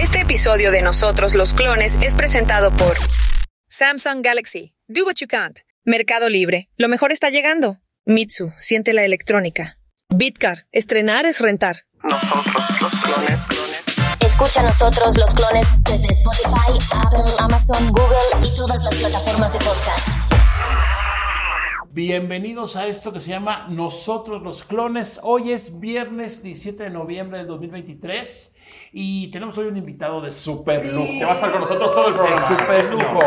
Este episodio de Nosotros los Clones es presentado por Samsung Galaxy. Do what you can't. Mercado Libre. Lo mejor está llegando. Mitsu. Siente la electrónica. Bitcar. Estrenar es rentar. Nosotros los clones. Escucha a nosotros los clones desde Spotify, Apple, Amazon, Google y todas las plataformas de podcast. Bienvenidos a esto que se llama Nosotros los clones. Hoy es viernes 17 de noviembre del 2023 y tenemos hoy un invitado de super lujo. Que va a estar con nosotros todo el programa. Super lujo.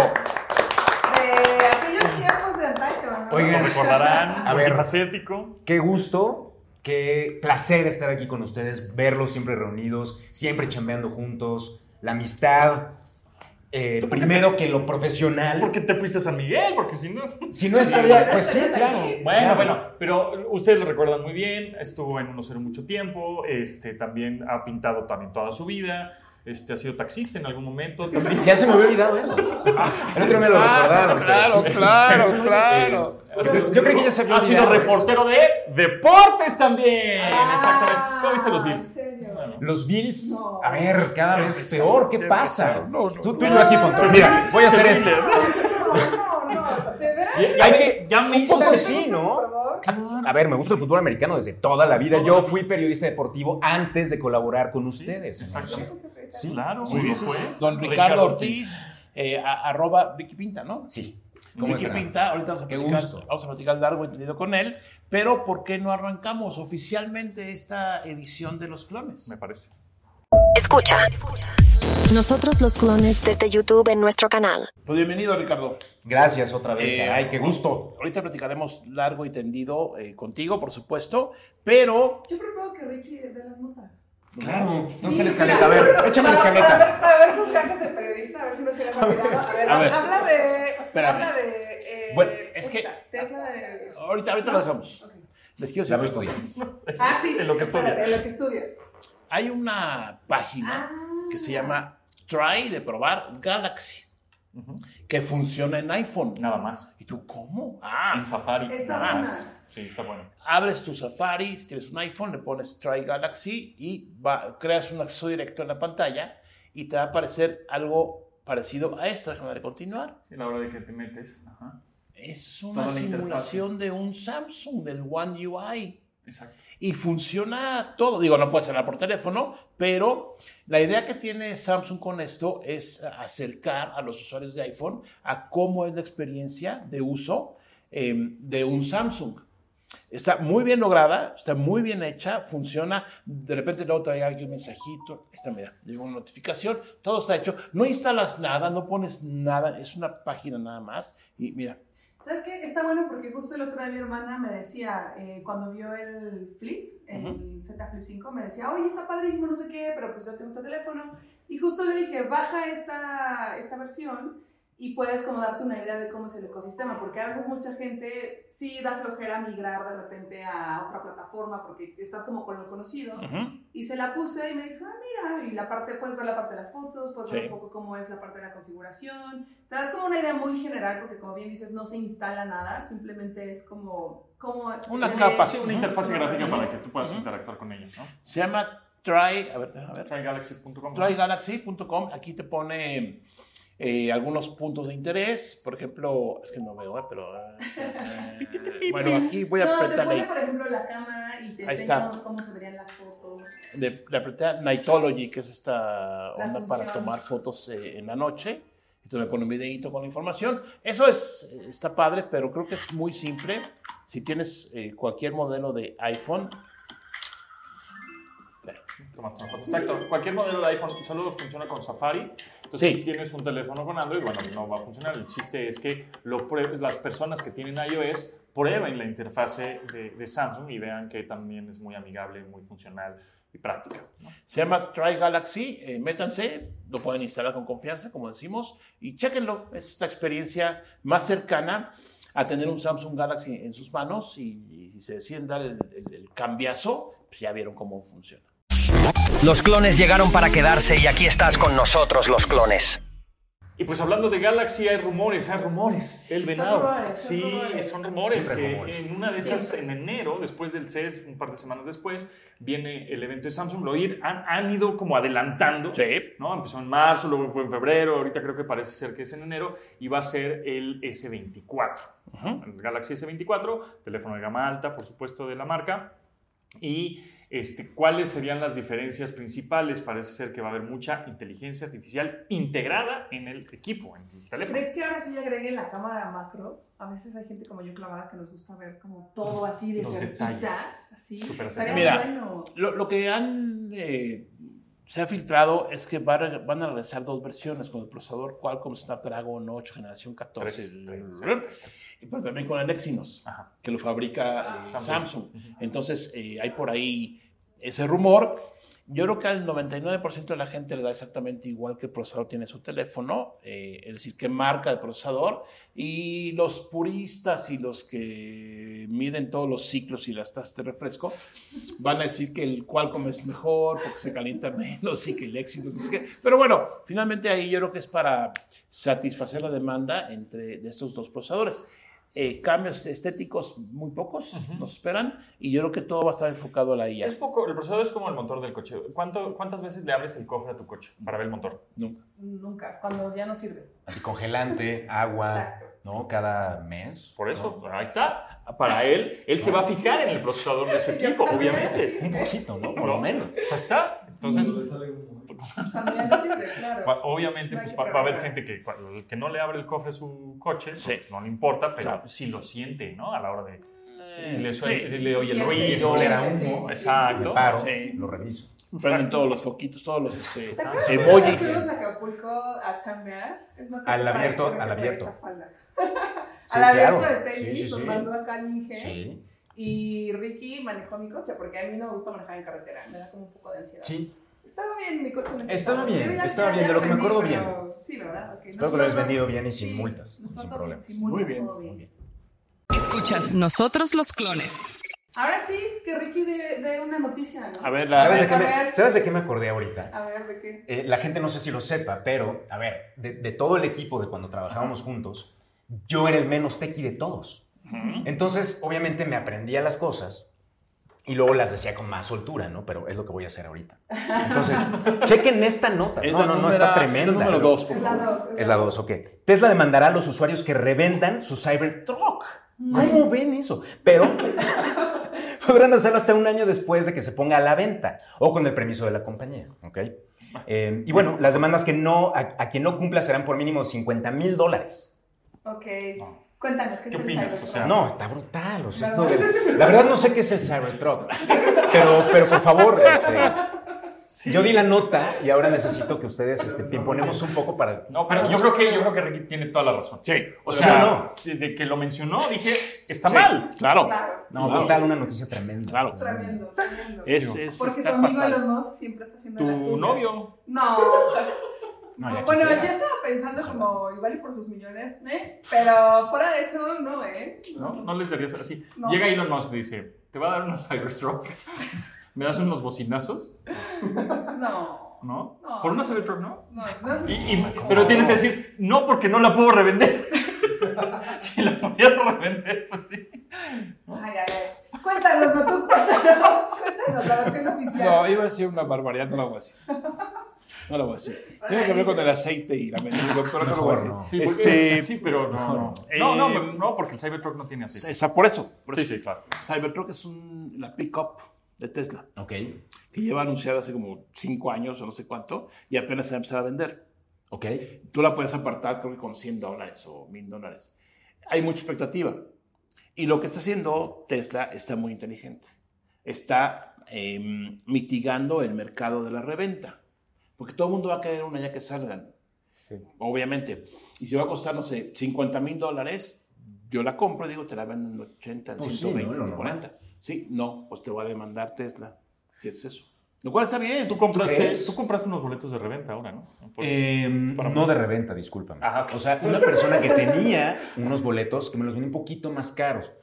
de aquellos tiempos de antaño, ¿no? Como Oigan, recordarán, A ver. multifacético. Ah, qué gusto, qué placer estar aquí con ustedes, verlos siempre reunidos, siempre chambeando juntos, la amistad, eh, primero que lo profesional. Porque te fuiste a San Miguel, porque si no. si no estaría, pues sí, Estás claro. aquí. Bueno, claro. bueno, pero ustedes lo recuerdan muy bien, estuvo en 1-0 mucho tiempo, este, también ha pintado también toda su vida, este, ha sido taxista en algún momento, también Ya se me había olvidado eso. El otro me lo recordaron. Ah, Claro, pues. claro, claro. ha sido- Yo creí que ya se había Ha sido olvidado eso. reportero de deportes también, exactamente. ¿Cómo viste los Ah, ¿En Bills? serio? Los Bills, No. a ver, cada vez peor, ¿qué pasa? No, no, tú, tú y yo aquí con todo. Mira, voy a hacer esto. No, no, no, de veras. Ya, ya Hay me- que- ya me un hizo poco ¿Te gusta sí, el ¿no? Super Bowl? A ver, me gusta el fútbol americano desde toda la vida. Yo fui periodista deportivo antes de colaborar con ustedes. Exactamente. Sí, Claro, Sí, lo sí, fue. Don Ricardo Ortiz, eh, a- arroba Ricky Pinta, ¿no? Sí. ¿Cómo Ricky están? Pinta, ahorita vamos a, Qué platicar, gusto. vamos a platicar largo y entendido con él, pero ¿por qué no arrancamos oficialmente esta edición de Los Clones? Me parece. Escucha. Nosotros los clones desde YouTube en nuestro canal. Pues bienvenido, Ricardo. Gracias otra vez, Eh, caray, qué gusto. Ahorita platicaremos largo y tendido eh, contigo, por supuesto, pero Yo propongo que Ricky de las notas. Claro, no está Sí, la mira. escaleta. A ver, échame la Para- Para ver, escaleta. para ver sus gajes de periodista, a ver si nos hubieran olvidado. A ver, A ver. habla de. Espérame. Habla de. eh, Bueno, es puta, que- Tesla de. ahorita, ahorita lo dejamos. Ok. Les quiero Ya lo decir, estudié. Ah, sí. En lo que espérate, estudia. En lo que estudia. hay una página que se llama Try de probar Galaxy, Ujú. que funciona en iPhone. Nada más. ¿Y tú cómo? En Ah, Safari. Está nada buena. más. Sí, está bueno. abres tu Safari, si tienes un iPhone, le pones Try Galaxy y va- creas un acceso directo en la pantalla y te va a aparecer algo parecido a esto. Déjame de continuar. Sí, la hora de que te metes. Ajá. Es una Toda la simulación de un Samsung, del One UI. Exacto. y funciona todo. Digo, no puedes hablar por teléfono, pero la idea que tiene Samsung con esto es acercar a los usuarios de iPhone a cómo es la experiencia de uso eh, de un Samsung. Está muy bien lograda, está muy bien hecha, funciona. De repente luego te llega aquí un mensajito. Esta, mira, llegó una notificación, todo está hecho. No instalas nada, no pones nada, es una página nada más. Y mira, ¿Sabes qué? Está bueno porque justo el otro día mi hermana me decía, eh, cuando vio el Flip, el Z Flip 5, me decía, oye, está padrísimo, no sé qué, pero pues yo tengo este teléfono. Y justo le dije, baja esta, esta versión y puedes como darte una idea de cómo es el ecosistema, porque a veces mucha gente sí da flojera migrar de repente a otra plataforma porque estás como con lo conocido. Y se la puse y me dijo, ah, mira, y la parte, puedes ver la parte de las fotos, puedes ver Sí. un poco cómo es la parte de la configuración. Te das como una idea muy general, porque como bien dices, no se instala nada, simplemente es como... como Una se capa. ve- Sí, Una interfaz gráfica para que tú puedas Ujú. interactuar con ella, ¿no? se llama Try. A ver, a ver. TryGalaxy.com. TryGalaxy.com, aquí te pone eh, algunos puntos de interés. Por ejemplo, es que no veo, eh, pero. eh, bueno, aquí voy a No, te apretar pone, la- por ejemplo, la cámara y te Ahí enseña está. cómo se verían las fotos. le- le apreté a Nightology, que es esta La onda función. para tomar fotos eh, en la noche. Entonces me pone un videito con la información. Eso es, eh, está padre, pero creo que es muy simple. Si tienes eh, cualquier modelo de iPhone, Tomate una foto. Exacto. Cualquier modelo de iPhone solo funciona con Safari. Entonces, Sí. si tienes un teléfono con Android, bueno, no va a funcionar. El chiste es que lo pruebes, las personas que tienen iOS prueben la interfase de, de Samsung y vean que también es muy amigable, muy funcional y práctica. ¿no? se llama Try Galaxy. eh, métanse, lo pueden instalar con confianza, como decimos, y chequenlo. Es la experiencia más cercana a tener un Samsung Galaxy en sus manos. Y, y si se deciden dar el, el- el cambiazo, pues ya vieron cómo funciona. Los clones llegaron para quedarse y aquí estás con nosotros, los clones. Y pues hablando de Galaxy, hay rumores, hay rumores. El venado. rumores, son sí, rumores. son rumores. Siempre hay que rumores. En una de esas, Siempre. en enero, después del CES, un par de semanas después, viene el evento de Samsung. Lo ir, han, han ido como adelantando. Sí. ¿no? Empezó en marzo, luego fue en febrero, ahorita creo que parece ser que es en enero, y va a ser el S24, Ujú. el Galaxy S24, teléfono de gama alta, por supuesto, de la marca. Y este, cuáles serían las diferencias principales, parece ser que va a haber mucha inteligencia artificial integrada en el equipo, en el teléfono. ¿Crees que ahora sí agreguen la cámara macro? A veces hay gente como yo clavada que nos gusta ver como todo así de los cerquita. detalles. Así. Súper Estaría cerca. bueno. Lo, lo que han, eh, se ha filtrado es que va a reg- van a regresar dos versiones con el procesador Qualcomm Snapdragon 8 generación 14, Tres, tres, y pero también con el Exynos Ajá. que lo fabrica eh, Ah, Samsung. Samsung. Entonces eh, hay por ahí ese rumor. Yo creo que al 99% de la gente le da exactamente igual que el procesador tiene su teléfono, eh, es decir, qué marca de procesador. Y los puristas y los que miden todos los ciclos y las tasas de refresco van a decir que el Qualcomm es mejor porque se calienta menos y que el Exynos no sé qué. Pero bueno, finalmente ahí yo creo que es para satisfacer la demanda entre de estos dos procesadores. Eh, cambios estéticos muy pocos Ujú. nos esperan y yo creo que todo va a estar enfocado a la IA. Es poco, el procesador es como el motor del coche. ¿Cuánto, ¿Cuántas veces le abres el cofre a tu coche para ver el motor? Nunca, cuando ya no sirve. Anticongelante, agua, Exacto. ¿no? Cada mes. Por eso, ¿no? ahí está. Para él, él se va a fijar en el procesador de su equipo, obviamente. Un poquito, ¿no? Por No. lo menos. O sea, está. Entonces, Cuando ya no sirve, claro. va- obviamente, No hay pues, que va, va a haber preguntar. gente que, cua- que no le abre el cofre a su coche, pues, Sí. no le importa, pero Claro. si lo siente, ¿no? A la hora de. Eh, le, sí. suena- le oye el Siente, ruido. Eso sí, era sí, humo. sí, sí. Exacto. Me paro, Sí. lo reviso. Prenden todos los foquitos, todos los... este, ¿Te acuerdas Cebolla. cuando nos fuimos a Acapulco a chambear? Es más Al para abierto, correr al con abierto. esta falda. Sí, al abierto claro. de tenis, Sí, sí, sí. tomando acá el Inge. Sí. Y Ricky manejó mi coche, porque a mí no me gusta manejar en carretera, me da como un poco de ansiedad. Sí. Estaba bien mi coche. en ese Estaba estado. bien, Digo, estaba bien, de lo que me vendí, acuerdo pero Sí, ¿verdad? Ok, Espero que lo nosotros- hayas vendido bien y sin sí, multas, nosotros sin problemas. sin multas, todo Muy bien. Escuchas Nosotros los Clones. Ahora sí, que Ricky dé dé una noticia, ¿no? A ver, la- ¿Sabes de, a qué me, ver. ¿Sabes de qué me acordé ahorita? A ver, ¿de qué? Eh, la gente no sé si lo sepa, pero, a ver, de, de todo el equipo de cuando trabajábamos juntos, yo era el menos tequi de todos. Entonces, obviamente, me aprendía las cosas y luego las decía con más soltura, ¿no? Pero es lo que voy a hacer ahorita. Entonces, chequen esta nota. es no, la no, no, número- está es tremenda. la número dos, por Es la favor. dos. Es la 2, ok. Tesla demandará a los usuarios que revendan su Cybertruck. ¿Cómo ven eso? Pero podrán hacerlo hasta un año después de que se ponga a la venta o con el permiso de la compañía, ¿ok? Eh, y bueno, las demandas que no, a, a quien no cumpla serán por mínimo 50 mil dólares. Ok. No. Cuéntanos, ¿qué, ¿Qué es el opinas? Cybertruck? O sea, No, está brutal. o sea, esto de- la verdad no sé qué es el Cybertruck, pero, pero por favor, este, yo di la nota y ahora necesito que ustedes este, pimponemos un poco para... No, pero yo creo que, yo creo que Ricky tiene toda la razón. Sí, O Sí, sea, no. desde que lo mencionó, dije, está Sí, mal. Claro, Claro, No, Claro. brutal, una noticia tremenda. claro. tremendo, tremendo. Es, es, Porque tu está amigo fatal. Elon Musk siempre está haciendo la Tu suya. novio. No. No, ya bueno, yo quisiera. estaba pensando como igual y por sus millones, ¿eh? Pero fuera de eso, no, ¿eh? ¿no? No les darías así. No. Llega Elon Musk y dice, te va a dar una Cybertruck. ¿Me das unos bocinazos? No. ¿No? No. ¿Por una Cybertruck no? No, no es Y- y- pero tienes que decir, no, porque no la puedo revender. si la pudiera revender, pues sí. Ay, ay, ay. Cuéntanos, Matú, cuéntanos, cuéntanos la versión oficial. No, iba a decir una barbaridad, no la voy a decir. No la voy a decir. Tiene que ver con el aceite y la medicina, pero no la voy a Mejor decir. no. Sí, Este- porque- sí, pero no, no. Eh, No, no, pero no, porque el Cybertruck no tiene así. Esa- por eso, por Sí, eso. sí, claro. Cybertruck es un, la pick-up de Tesla. Ok, que lleva anunciada hace como cinco años o no sé cuánto, y apenas se va a empezar a vender. ok. Tú la puedes apartar creo que con 100 dólares o 1000 dólares. Hay mucha expectativa. Y lo que está haciendo Tesla está muy inteligente. Está eh, mitigando el mercado de la reventa. Porque todo el mundo va a caer una ya que salgan. Obviamente. Y si va a costar, no sé, 50 mil dólares, yo la compro y digo, te la venden en 80, en Pues sí, 120, ¿no? Lo en 40. Sí, no, pues te va a demandar Tesla. ¿Qué es eso? Lo cual está bien. Tú compraste, crees? tú compraste unos boletos de reventa ahora, ¿no? Por- para- Em, no de reventa, discúlpame. Ajá, ok. O sea, una persona que tenía unos boletos que me los venía un poquito más caros.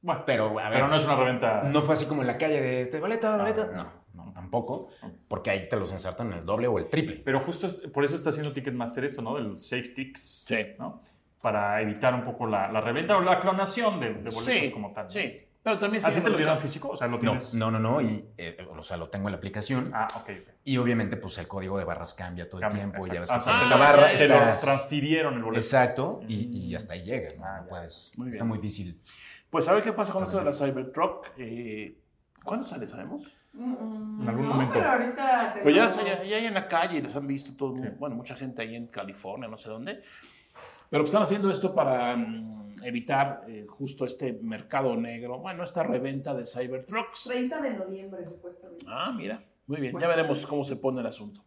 bueno, pero, Pero, a ver, no es una reventa. no fue así como en la calle de este boleto, No, boleto. no, No, no, tampoco, porque ahí te los ensartan en el doble o el triple. Pero justo es- por eso está haciendo Ticketmaster esto, ¿no? Del safe ticks, Sí. ¿no? Para evitar un poco la, la reventa o la clonación de, de boletos Sí, como tal. ¿no? Sí, pero también ¿A sí ti te me lo dieron toca. físico? O sea, ¿lo No, tienes? no, no, no, y, eh, o sea, lo tengo en la aplicación Ah, ok. ok. y obviamente pues el código de barras cambia todo el Cambia, tiempo, ya ves exacto. que Ah, tienes o la sea, barra, te lo está- transfirieron el boleto. exacto, y, y hasta ahí llega, ¿no? Ah, No ya. puedes, Muy está bien. muy difícil. Pues a ver qué pasa con esto de la Cybertruck. Eh, ¿Cuándo sale, sabemos? En algún Mm, no, momento. Pero ahorita. te Pues ya, digo, ya, ya hay en la calle, los han visto todo, el mundo, Sí. bueno, mucha gente ahí en California, no sé dónde. Pero pues están haciendo esto para mm, evitar eh, justo este mercado negro, bueno, esta reventa de Cybertrucks. 30 de noviembre, supuestamente. Ah, mira, muy bien, ya veremos cómo se pone el asunto.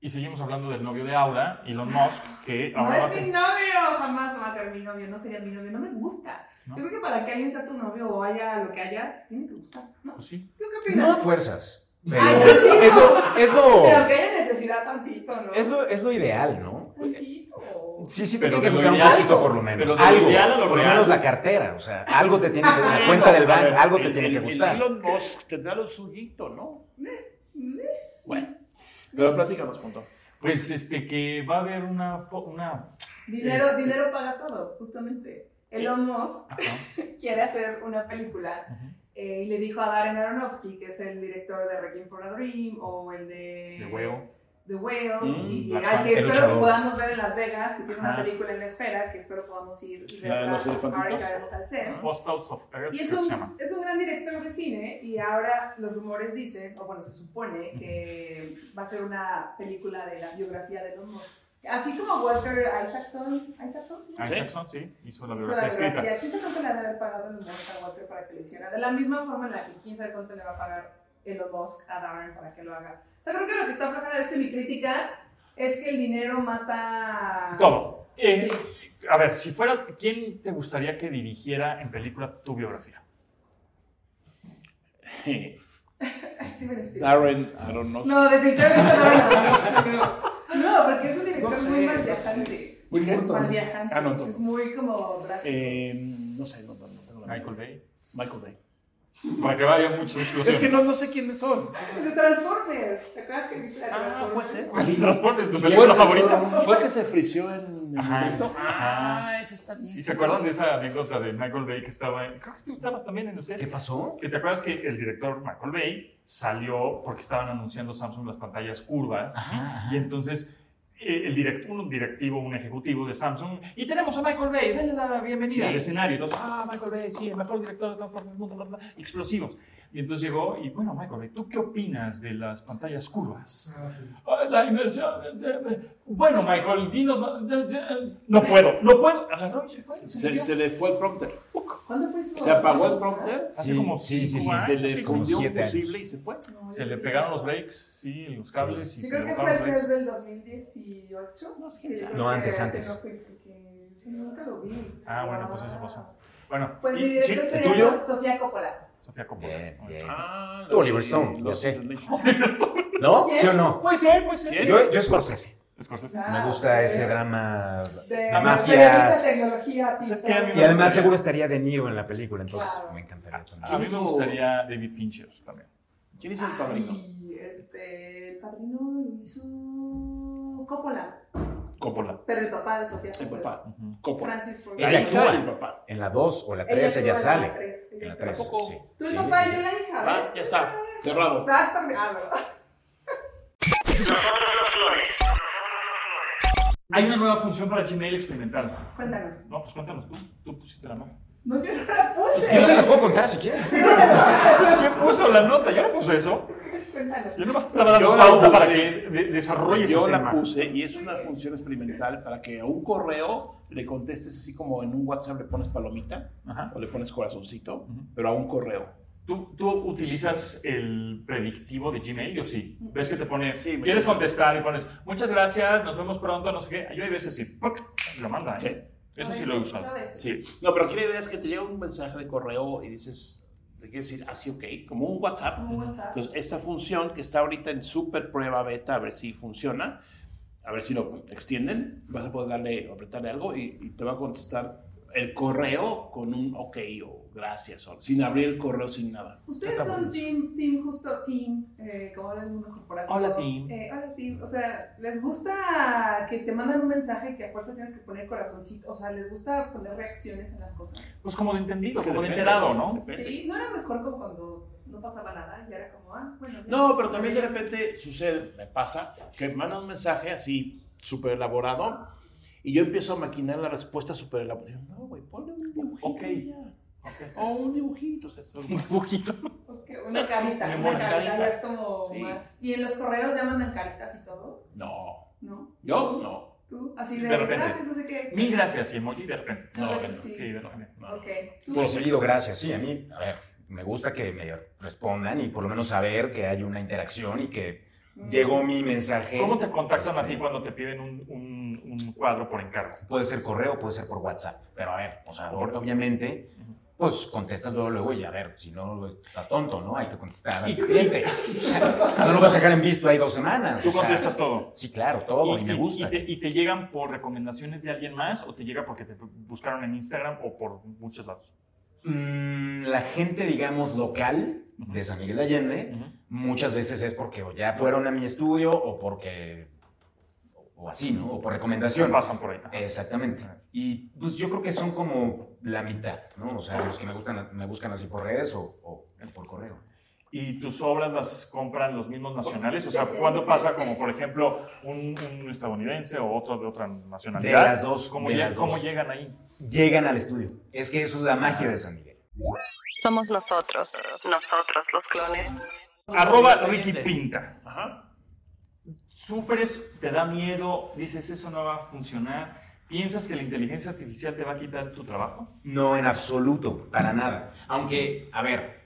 Y seguimos hablando del novio de Aura, Elon Musk, que No ahora va a es mi novio, jamás va a ser mi novio, no sería mi novio, no me gusta. ¿No? Yo creo que para que alguien sea tu novio o haya lo que haya, tiene que gustar, ¿no? Pues sí. ¿Yo qué No opinas? a fuerzas, pero Ay, tantito. es lo, es lo- Pero que haya necesidad tantito, ¿no? es lo- es lo ideal, ¿no? Tantito. Sí, sí, te Pero tiene que de lo gustar un ideal- poquito por lo menos. pero de lo algo, ideal a lo por lo real. menos la cartera, o sea, algo te tiene que, la cuenta del A ver, banco, algo te el- tiene que el- el gustar. Elon Musk tendrá lo suyito, ¿no? Mm, Bueno, pero platícanos, punto. Pues este, que va a haber una. fo- una Dinero, dinero paga todo, justamente. Elon Musk quiere hacer una película eh, y le dijo a Darren Aronofsky, que es el director de Requiem for a Dream o el de... de huevo. The Whale, Mm, y Black al Swan, que El espero que Luchador. podamos ver en Las Vegas, que tiene una Ajá. película en la espera, que espero podamos ir y La de verla los elefantitos. ahora que vayamos al CES. Hostels of Earth, Y creo Ah, que es se un, llama. es un gran director de cine y ahora los rumores dicen, o bueno, se supone que va a ser una película de la biografía de Elon Musk. Así como Walter Isaacson, ¿Isaacson? ¿sí? Isaacson, Ah, sí, hizo la Hizo la biografía escrita. biografía. ¿Quién sabe cuánto le han de haber pagado Elon Musk a Walter para que lo hiciera? De la misma forma en la que quién sabe cuánto le va a pagar Elon Musk a Darren para que lo haga. O sea, creo que lo que está fuera de esto y mi crítica es que el dinero mata... Todo. Eh, Sí. A ver, si fuera, ¿quién te gustaría que dirigiera en película tu biografía? Steven Spielberg. Darren Aronofsky. No, definitivamente Darren Aronofsky, no. No, porque es un director No sé, muy mal no sé. viajante. Muy Mal viajante. Ah, no, entonces. es muy como drástico. Eh, no sé, no, no, no tengo la Michael Bay. Michael Bay. Para que vaya mucha discusión. Es que no, no sé quiénes son. De Transformers. ¿Te acuerdas que viste la de Ah, Transformers? pues ser. Transportes, tu película favorita. Fue que se frició en el Ajá. momento. Ajá. Ah, ese está bien. ¿Y se acuerdan de esa anécdota de Michael Bay que estaba en... Creo que tú estabas también en el CES. ¿Qué pasó? Que te acuerdas que el director Michael Bay salió porque estaban anunciando Samsung las pantallas curvas Ajá, y entonces eh, el direct- un directivo, un ejecutivo de Samsung, y tenemos a Michael Bay, dale la bienvenida al escenario. Entonces, ah, Michael Bay, sí, el mejor director de Transformers del mundo, bla, bla, bla, explosivos. Y entonces llegó y, bueno, Michael Bay, ¿tú qué opinas de las pantallas curvas? "Ah, La inversión. eh, eh, Bueno, Michael, dinos. más". "Eh, eh, No puedo, no puedo. Agarró y se fue. se Se, metió. se le fue el prompter. ¿Cuándo fue su Se apagó el prompter, Hace Sí, como sí, sí, cinco sí, años, se le sí, como fundió un siete años. fusible y se fue. No, Se le yo- pegaron los breaks, sí, los cables. Y Yo se creo le que botaron fue los breaks. desde del 2018. No, No, antes, antes. No fui porque sí, nunca lo vi. Ah, bueno, pues eso pasó. Bueno, Pues y- mi sí, director ¿el sería tuyo? So- Sofía Coppola. Sofía Coppola. Bien, Muy bien. Ah, Tú, Oliver Stone, lo- ya sé. lo- ¿No? ¿Quién? ¿Sí o no? Puede ser, puede ser. ¿Quién? Yo, yo Scorsese. Scorsese. Ah, Me gusta ok. ese drama De, de de mafias. tecnología, ¿Sabes tipo- qué? A mí me Y además seguro estaría De Niro en la película, entonces Claro. me encantaría A mí también. me gustaría David Fincher también. ¿Quién hizo el padrino? Y este, el padrino lo hizo Coppola, Coppola. pero el papá de Sofía El Coppola. papá. Ujú. Coppola. Francis Ford. La Ella hija actúa. y el papá. En la 2 o la Ella 3 ella, actúa en la sale. tres, ella En la actúa. 3. ¿Tampoco? Sí. Tú el Sí, papá sí, y yo sí. la hija, Ah, ¿ves? ya está. Cerrado. Vas también. Ah, no. Hay una nueva función para Gmail experimental. Cuéntanos. No, pues cuéntanos tú. Tú pusiste la nota. No, yo no la puse. Yo se las puedo contar si quieren. ¿Quién puso la nota? Yo no puse eso. Cuéntanos. Yo nomás te estaba dando Yo la pauta puse. para que de- desarrolles Yo el la tema. puse y es una función experimental para que a un correo le contestes así como en un WhatsApp le pones palomita Ajá. o le pones corazoncito, Ujú. pero a un correo. ¿Tú, ¿Tú utilizas el predictivo de Gmail? Yo sí. ¿Ves que te pone, Sí, me- quieres contestar y pones, muchas gracias, nos vemos pronto, no sé qué? Yo hay veces sí, ¡puc! y lo manda. Sí. ¿eh? Eso sí lo he usado. A veces. Sí. No, pero aquí la idea es que te llega un mensaje de correo y dices, te quieres decir así, ok, como un WhatsApp. Como WhatsApp. Entonces, esta función que está ahorita en super prueba beta, a ver si funciona, a ver si lo extienden, vas a poder darle, apretarle algo y, y te va a contestar el correo con un ok o Gracias, Sol. Sin abrir el correo, sin nada. Ustedes Está son bueno. team, team, justo team, eh, como habla el mundo corporativo. Hola, team. Eh, hola, team. O sea, ¿les gusta que te mandan un mensaje que a fuerza tienes que poner corazoncito? O sea, ¿les gusta poner reacciones en las cosas? Pues como de entendido, Que como de depende, enterado, ¿no? depende. Sí, ¿no era mejor como cuando no pasaba nada y era como, ah, bueno. ya. No, pero también de repente sucede, me pasa, que mandan un mensaje así súper elaborado y yo empiezo a maquinar la respuesta súper elaborada. Yo, No, güey, ponle un dibujito. Ok. y ya. O un dibujito. o sea, eso es Un más- dibujito. Porque una carita, Me una mola carita, carita. ya es como Sí. más. Y en los correos ya mandan caritas y todo, no, ¿no? yo no. Tú, así de, De repente. gracias, no sé qué. Mil gracias y emoji de repente. No, No, eso no, sí. Sí, de repente. no. Ok. Tú, Por seguido, gracias. Sí, a mí, a ver, me gusta que me respondan y por lo menos saber que hay una interacción y que mm, llegó mi mensaje. ¿Cómo te contactan a ti Este, cuando te piden un, un- un cuadro por encargo? Puede ser correo, puede ser por WhatsApp. Pero a ver, o sea, ob- obviamente, pues contestas luego, luego y a ver, si no pues, estás tonto, ¿no? Hay que contestar al cliente. O sea, no lo vas a dejar en visto ahí dos semanas. Tú o sea, contestas todo. Sí, claro, todo, y, me gusta. Y te, y te llegan por recomendaciones de alguien más o te llega porque te buscaron en Instagram o por muchos lados? Mm, la gente, digamos, local de San Miguel de Allende, muchas veces es porque o ya fueron a mi estudio o porque, o así, ¿no? O por Se recomendación. pasan por ahí. Ajá. eh, Exactamente. Y pues yo creo que son como la mitad, ¿no? O sea, los que me, gustan, me buscan así por redes o, o- o por correo. ¿Y tus obras las compran los mismos nacionales? O sea, ¿cuándo pasa como, por ejemplo, un, un estadounidense o otro de otra nacionalidad? De las dos, ¿Cómo, de lleg- las dos. cómo llegan ahí? Llegan al estudio. Es que eso es la magia de San Miguel. Somos nosotros, nosotros los clones. Arroba Ricky Pinta. Ajá. ¿Sufres? ¿Te da miedo? ¿Dices eso no va a funcionar? ¿Piensas que la inteligencia artificial te va a quitar tu trabajo? No, en absoluto, para nada. Aunque, a ver,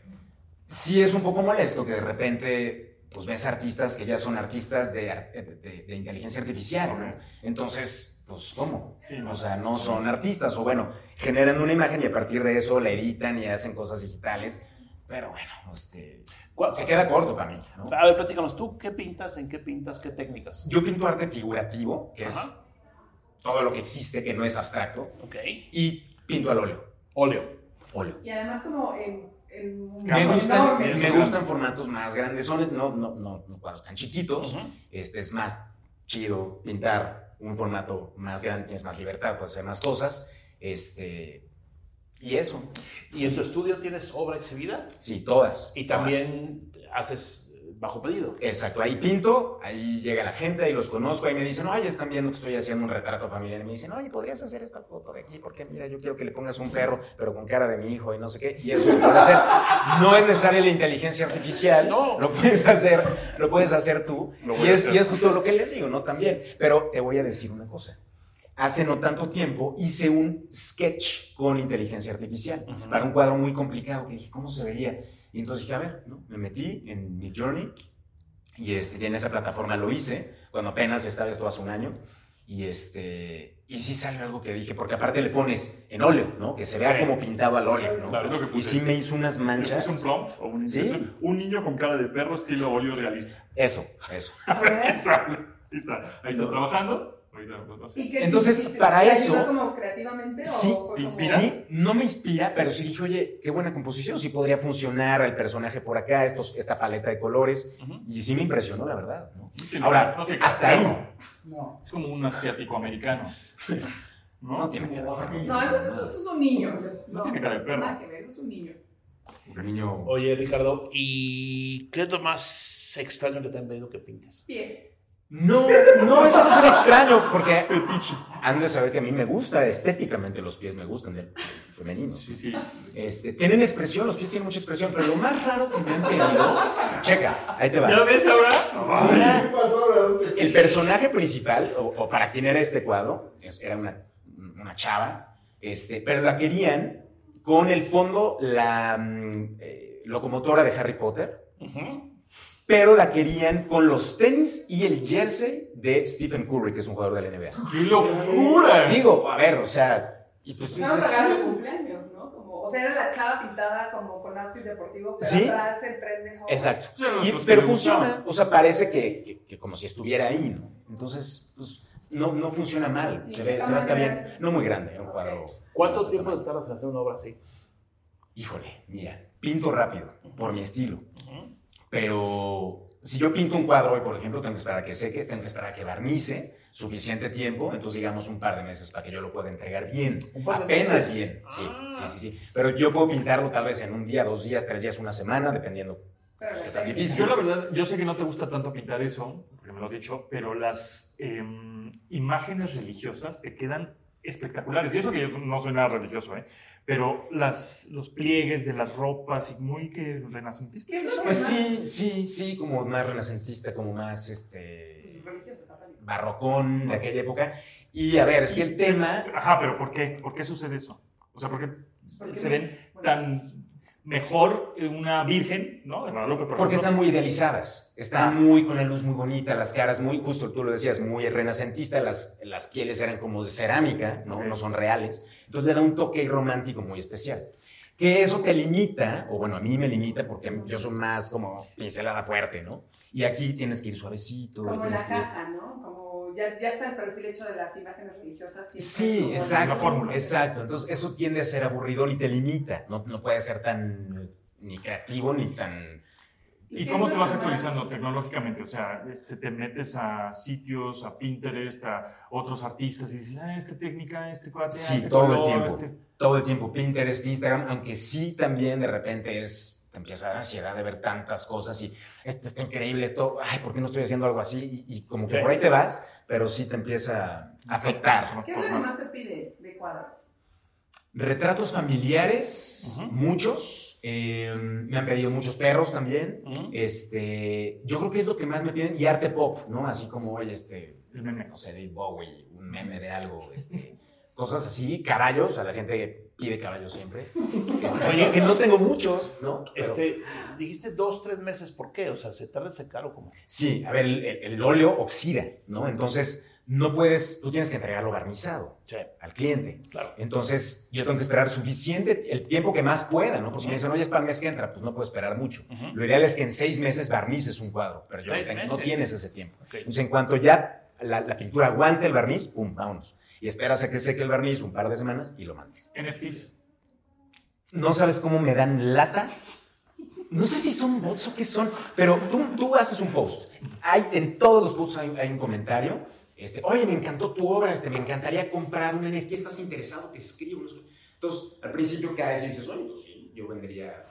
sí es un poco molesto que de repente pues ves artistas que ya son artistas de, ar- de- de- de inteligencia artificial, ¿no? Entonces, pues, ¿cómo? Sí, no. O sea, no son artistas, o bueno, generan una imagen y a partir de eso la editan y hacen cosas digitales, pero bueno, este, ¿Cuál- se queda corto para mí, ¿no? A ver, platícanos, ¿tú qué pintas? ¿En qué pintas? ¿Qué técnicas? Yo pinto arte figurativo, que es Ajá. todo lo que existe, que no es abstracto, Ok. y pinto al óleo, Óleo. óleo. y además como en... en un- Me Capas. gustan, Enormes. me gustan formatos más grandes, son, no, no, no, no cuadros tan chiquitos. Ujú. Este es más chido pintar un formato más grande, tienes más libertad, puedes hacer más cosas. Este, y eso, ¿Y en tu estudio tienes obra exhibida? sí, todas. Y todas. también haces eh, bajo pedido. Exacto, ahí pinto, ahí llega la gente, ahí los conozco, ahí me dicen, oye, están viendo que estoy haciendo un retrato familiar. Y me dicen, oye, podrías hacer esta foto de aquí, porque mira, yo quiero que le pongas un perro, pero con cara de mi hijo y no sé qué. Y eso se puede hacer. No es necesaria la inteligencia artificial, No. lo puedes hacer, lo puedes hacer tú. Lo voy Y a es, hacer. y es justo lo que les digo, ¿no? También. Pero te voy a decir una cosa. Hace no tanto tiempo hice un sketch con inteligencia artificial Ujú. para un cuadro muy complicado que dije, ¿cómo se vería? Y entonces dije, a ver, ¿no? me metí en mi journey y este, en esa plataforma lo hice, cuando apenas estaba esto hace un año. Y, este, y sí salió algo que dije, porque aparte le pones en óleo, ¿no? Que se vea Sí. como pintado al óleo, ¿no? Claro, es lo que Y puse. sí me hizo unas ¿Le manchas. puse un prompt o un Sí. inciso? Un niño con cara de perro estilo Olio realista. Eso, eso. A ver. Ahí está, ahí está trabajando. Ahorita, pues, no sé. ¿Y qué- Entonces, y- y- para ¿te ayudó eso- como creativamente Sí, o fue como- inspira. Sí, no me inspira, pero sí dije, oye, qué buena composición, sí podría funcionar el personaje por acá, estos, esta paleta de colores. Ujú. Y sí me impresionó, la verdad. ¿no? No tiene- Ahora, no tiene hasta cara de ahí. perro. Es como un asiático americano. No, No tiene cara de perro. No, eso es, eso es un niño. No tiene cara de perro. Nada que ver, eso es un niño. El niño Oye, Ricardo, ¿y qué es lo más extraño que te han pedido que pintes? Pies. No, no, eso no será extraño, porque han de saber que a mí me gusta estéticamente los pies, me gustan del femenino. Sí, sí. Este, tienen expresión, los pies tienen mucha expresión, pero lo más raro que me han pedido, checa, ahí te ¿Ya va. ves ahora? Una- el personaje principal, o, o para quien era este cuadro, es- era una, una chava, este, pero la querían con el fondo la mm, eh, locomotora de Harry Potter, pero la querían con los tenis y el jersey de Stephen Curry, que es un jugador de la NBA. ¡Qué locura! Digo, a ver, o sea, y pues tú Estaban dices, pagando sí. cumpleaños, ¿no? Como, o sea, era la chava pintada como con outfit deportivo, pero Sí. atrás el tren de joven. Exacto. Sí, los- Y- los que pero le funciona, o sea, parece que, que- que como si estuviera ahí, ¿no? Entonces, pues, no, no funciona mal, se ve, se ve hasta bien. No muy grande, era un cuadro. ¿Cuánto de este tiempo tamaño. tardas en hacer una obra así? híjole, mira, pinto rápido, por mi estilo. Pero si yo pinto un cuadro hoy, por ejemplo, tengo que esperar a que seque, tengo que esperar a que barnice suficiente tiempo, entonces digamos un par de meses para que yo lo pueda entregar bien, Un par de apenas meses. bien, sí, Ah. sí, sí, sí. Pero yo puedo pintarlo tal vez en un día, dos días, tres días, una semana, dependiendo Pero pues, qué la tan técnica. difícil. Yo la verdad, yo sé que no te gusta tanto pintar eso, porque me lo has dicho, pero las em, imágenes religiosas te quedan espectaculares. Y eso que yo no soy nada religioso, ¿eh? Pero las, los pliegues de las ropas y muy que renacentista. ¿Qué es lo que Pues más- sí, sí, sí, como más renacentista, como más este Religioso, católico. barrocón de aquella época. Y a ver, es que el tema Ajá, pero ¿por qué? ¿Por qué sucede eso? O sea, ¿por qué ¿Por qué? se ven Bueno. tan mejor una virgen, ¿no? De Guadalupe, por Porque ejemplo. están muy idealizadas, están muy con la luz muy bonita, las caras muy, justo tú lo decías, muy renacentista, las, las pieles eran como de cerámica, ¿no? Ok. no son reales, entonces le da un toque romántico muy especial. Que eso te limita, o bueno, a mí me limita porque yo soy más como pincelada fuerte, ¿no? Y aquí tienes que ir suavecito. Como tienes la que ir- caja, ¿no? Como ya, ya está el perfil hecho de las imágenes religiosas. siempre es Sí, como- exacto. la fórmula. Exacto. Entonces, eso tiende a ser aburridor y te limita. No, no puede ser tan eh, ni creativo ni tan. ¿Y qué cómo es te lo vas que más- actualizando tecnológicamente? O sea, este, te metes a sitios, a Pinterest, a otros artistas y dices, ah, esta técnica, este cuate, ah, Sí, este todo el color, tiempo. este-". Todo el tiempo Pinterest, Instagram, aunque sí también de repente es. Te empieza la ansiedad de ver tantas cosas y esto está increíble, esto, ay, ¿por qué no estoy haciendo algo así? Y, y como que Sí. por ahí te vas, pero sí te empieza a afectar. ¿Qué es lo que más te pide de cuadros? Retratos familiares, Ujú. muchos. eh, me han pedido muchos perros también. Ujú. Este, yo creo que es lo que más me piden y arte pop, ¿no? Así como, oye, este, El meme. no sé, David Bowie, un meme de algo, este, cosas así, caballos, a la gente pide caballos siempre. Este, oye, que no tengo muchos, ¿no? Pero- Este, dijiste dos, tres meses, ¿por qué? O sea, se tarda en secar o como. sí, a ver, el, el- el óleo oxida, ¿no? Entonces, no puedes, tú tienes que entregarlo barnizado Sí, al cliente. claro. Entonces, yo tengo que esperar suficiente, el tiempo que más pueda, ¿no? Porque si me dicen, oye, es para el mes que entra, pues no puedo esperar mucho. Lo ideal es que en seis meses barnices un cuadro, pero yo no, Seis tengo- no meses. tienes ese tiempo. Ok. Entonces, en cuanto ya la, la pintura aguante el barniz, pum, vámonos. Y esperas a que seque el barniz un par de semanas y lo mandas. NFTs. No sabes cómo me dan lata. No sé si son bots o qué son, pero tú, tú haces un post. Hay, en todos los posts hay, hay un comentario. Este, Oye, me encantó tu obra, este, me encantaría comprar un NFT, ¿estás interesado? Te escribo. no sé. Entonces, al principio caes y dices, oye, pues sí, yo vendería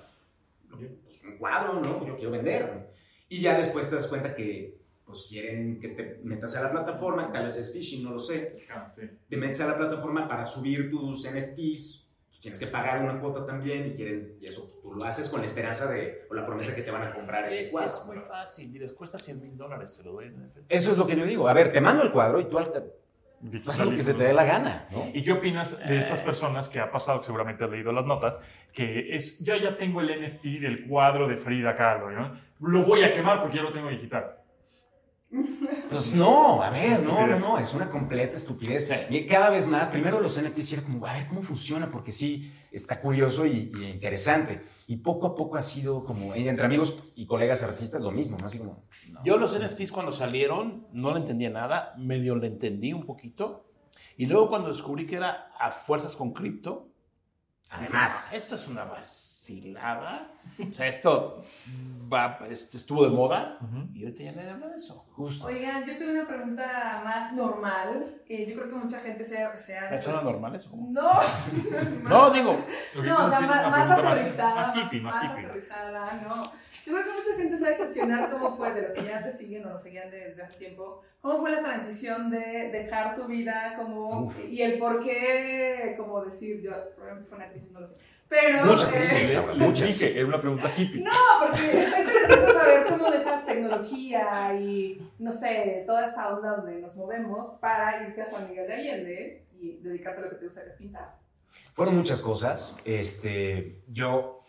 pues, un cuadro, ¿no? Yo quiero vender. Y ya después te das cuenta que pues quieren que te metas a la plataforma, tal vez es phishing, no lo sé Ah, sí. te metes a la plataforma para subir tus NFTs, pues, tienes que pagar una cuota también y quieren, y eso tú lo haces con la esperanza de, o la promesa que te van a comprar ese Es, cuadro. muy fácil, mira, cuesta 100 mil dólares, te lo doy en efectivo. Eso es lo que yo digo. A ver, te mando el cuadro y tú al- haz lo que se te dé la Eh. gana, ¿no? ¿Y qué opinas de estas personas que ha pasado, que seguramente has leído las notas, que es, yo ya tengo el NFT del cuadro de Frida Kahlo, ¿no? Lo voy a quemar porque ya lo tengo digital. Pues no, a Es ver, una no, no, estupidez. no, es una completa estupidez. Sí. Y Cada vez más, primero los NFTs era como, a ver cómo funciona, porque sí, está curioso y, y interesante. Y poco a poco ha sido como, y entre amigos y colegas artistas, lo mismo, más como... no. Yo los NFTs cuando salieron no le entendía nada, medio le entendí un poquito. Y luego cuando descubrí que era a fuerzas con cripto, "Ah, Además. esto es una vacilada. O sea, esto va, este, estuvo de moda y ahorita ya nadie habla de eso. Justo. Oigan, yo tengo una pregunta más normal, que yo creo que mucha gente se ha... se ha- ¿Personas normales o cómo? No, No, digo, Lo que No, o quiero sea, decir, más, una más pregunta aterrizada. Más hippie, más, hippie. aterrizada, no. Yo creo que mucha gente sabe cuestionar cómo fue, de los que ya te siguen o nos seguían desde hace tiempo, cómo fue la transición de dejar tu vida como, y el por qué, como decir, yo probablemente fue una crisis, no lo sé. Pero, Muchas eh, crisis, Isabel, Les muchas. dije, era una pregunta hippie. no, porque está interesante saber cómo dejas tecnología y, no sé, toda esta onda donde nos movemos para irte a San Miguel de Allende y dedicarte a lo que te gusta, que es pintar. Fueron muchas cosas. Este, yo,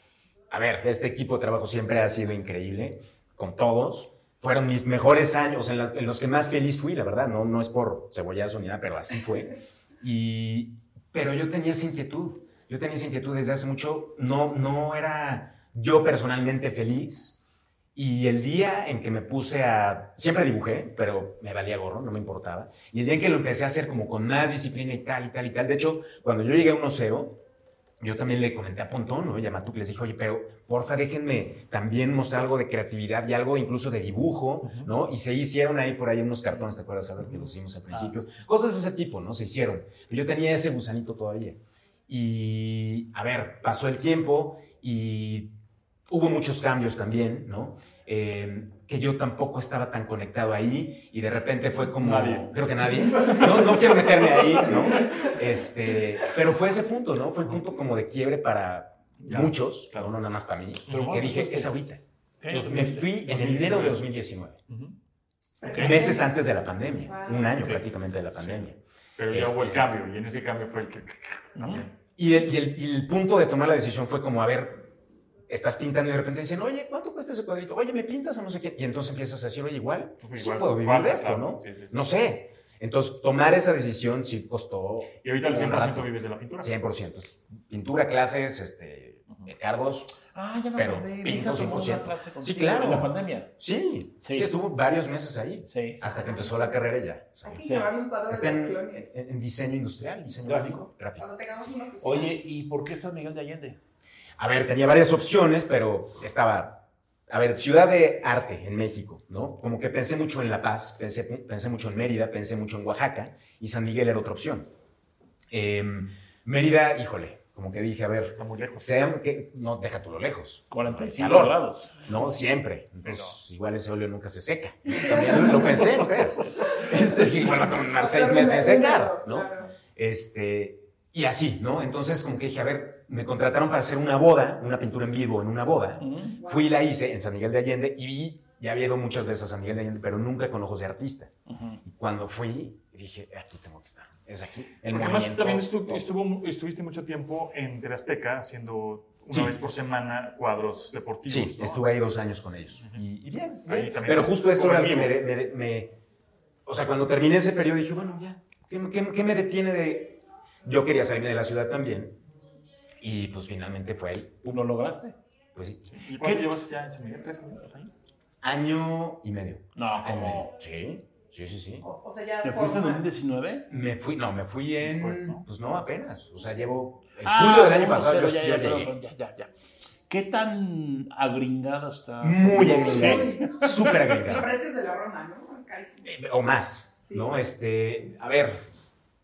a ver, este equipo de trabajo siempre ha sido increíble, con todos. Fueron mis mejores años, en, la- en los que más feliz fui, la verdad. No, no es por cebollazo ni nada, pero así fue. Y, pero yo tenía esa inquietud. Yo tenía esa inquietud desde hace mucho. No, no era yo personalmente feliz. Y el día en que me puse a... Siempre dibujé, pero me valía gorro, no me importaba. Y el día en que lo empecé a hacer como con más disciplina y tal, y tal, y tal. De hecho, cuando yo llegué a 1-0, yo también le comenté a Pontón, ¿no? Y a Matuk, les dije, oye, pero porfa, déjenme también mostrar algo de creatividad y algo incluso de dibujo, ¿no? Y se hicieron ahí por ahí unos cartones, ¿te acuerdas? Albert, que los hicimos al principio. Cosas de ese tipo, ¿no? Se hicieron. Pero yo tenía ese gusanito todavía. Y, a ver, pasó el tiempo y hubo muchos cambios también, ¿no? Eh, que yo tampoco estaba tan conectado ahí y de repente fue como, Nadie. creo que nadie, no, no quiero meterme ahí, ¿no? Este, pero fue ese punto, ¿no? Fue el punto como de quiebre para Ya, muchos, claro. no nada más para mí, Pero bueno, que dije, entonces- es ahorita. Sí. Me fui en enero de 2019, Ujú. meses antes de la pandemia, Wow. un año Ok. prácticamente de la pandemia. Pero ya Este- hubo el cambio, y en ese cambio fue el que. también. Y el, y el- y el punto de tomar la decisión fue como, a ver, estás pintando y de repente dicen, oye, ¿cuánto cuesta ese cuadrito? Oye, ¿me pintas o no sé qué? Y entonces empiezas a decir, oye, igual, Pues Igual, sí puedo vivir igual, de esto, claro, ¿no? sí, sí, sí. No sé. Entonces, tomar esa decisión sí costó Y ahorita al Un 100% rato. vives de la pintura. 100%. Es Pintura, clases, este, eh, cargos. Ah, ya me Pero acordé. Mi pinto hija tomó 100%. una clase con Sí, claro. en la pandemia. Sí, sí, Sí. estuvo varios meses ahí. Sí. Hasta que empezó la carrera ya. Hay que Sí. llevar un cuadro Está de las en, colonias. en- en diseño industrial, diseño Gráfico. gráfico. gráfico. Cuando tengamos una oficina. Oye, ¿y por qué San Miguel de Allende? A ver, tenía varias opciones, pero estaba, a ver, ciudad de arte en México, ¿no? Como que pensé mucho en La Paz, pensé, pensé mucho en Mérida, pensé mucho en Oaxaca y San Miguel era otra opción. Em, Mérida, híjole, como que dije, a ver, Está muy lejos. sea que, no, deja tú lo lejos, 45 Calor. grados. ¿no? Siempre. Entonces, igual ese óleo nunca se seca. También lo pensé, no creas. Este, igual va a tomar seis meses en secar, ¿no? Claro. Este, y así, ¿no? Entonces, como que dije, a ver, me contrataron para hacer una boda, una pintura en vivo en una boda. Fui y la hice en San Miguel de Allende y vi, ya había ido muchas veces a San Miguel de Allende, pero nunca con ojos de artista. Y cuando fui, dije, aquí tengo que estar. Es aquí. El Porque además tú movimiento, también estu- todo. estuvo- estuviste mucho tiempo en Teleazteca haciendo una Sí. vez por semana cuadros deportivos. Sí, ¿no? estuve ahí dos años con ellos. Y, y bien, Ahí bien. también Pero justo eso como era en lo que vivo. me, me- me- O sea, cuando terminé ese periodo dije, bueno, ya, ¿qué, me- qué- qué me detiene de...? Yo quería salirme de la ciudad también. Y pues finalmente fue ahí. ¿Lo lograste? Pues sí, ¿Y cuánto ¿Qué? llevas ya en San Miguel? ¿Tres años? año y medio. No, Año y medio. como. Ah, Sí, sí, sí, sí. O, o sea, ya ¿Te fuiste en formal. 2019? Me fui, no, me fui en... Después, ¿no? Pues no, apenas. O sea, llevo... En Ah, julio del año bueno, pasado cero, yo, ya, yo ya, llegué. perdón, ya, ya, ya. ¿Qué tan agringado está? Muy Sí. agregado. Súper Los agregado. precios de la Roma, ¿no? Carísimo. Eh, o más, Sí. ¿no? Este, a ver,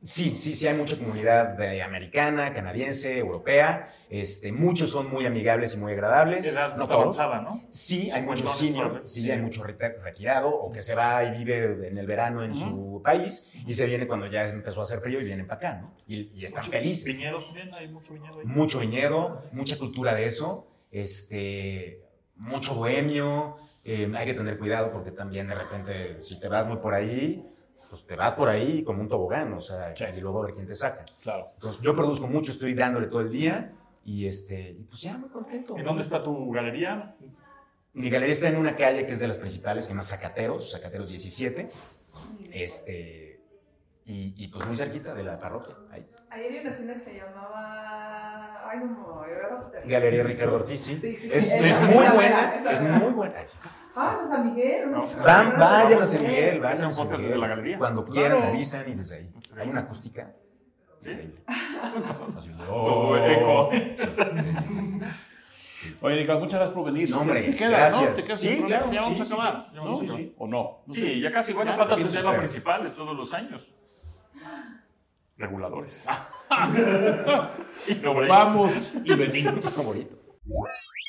sí, sí, sí hay mucha comunidad eh, americana, canadiense, europea, este, muchos son muy amigables y muy agradables, Edad no todos. avanzada, ¿no? Sí, hay mucho Cincuentones, senior, probable. sí, hay mucho reta- retirado o que se va y vive en el verano en su país y se viene cuando ya empezó a hacer frío y vienen para acá, ¿no? Y, y están Mucho- felices. Viñedos también, hay mucho viñedo ahí. Mucho viñedo, mucha cultura de eso, este, mucho bohemio. eh, hay que tener cuidado porque también de repente, si te vas muy por ahí, pues te vas por ahí como un tobogán, o sea, Sí. y luego a ver quién te saca. Claro. Entonces, yo produzco mucho, estoy dándole todo el día y este, y pues ya muy contento. ¿En dónde está tu galería? Mi galería está en una calle que es de las principales, que se llama Zacateros, Zacateros 17, este, y, y pues muy cerquita de la parroquia. ahí. Ahí había una tienda que se llamaba. Ay, como. Galería Ricardo Ortiz, sí. Sí, sí, es, sí, esa, es esa, muy esa, buena, esa. es muy buena. Ay, sí. Vamos a Ah, San Miguel. Vamos a San Van, Miguel. vayan a Vamos San Miguel, vayan hacer a un San podcast Miguel. desde la galería. Cuando quieran, Claro. avisan y desde ahí. Hay una acústica Sí. increíble. Así, oh, Todo el eco. Sí, sí, sí, sí. Oye, Nicolás, muchas gracias por venir. No, hombre, te quedas, ¿no? gracias. Te quedas Sí, sin problema, claro, ya vamos sí, a sí, acabar. sí. Ya vamos a ¿no? acabar. ¿O no? No sé. Sí, ya casi. Bueno, Ya, tratas de ¿quién ser la sabe? principal de todos los años. Reguladores. Y no breaks. Vamos y venimos. Favorito.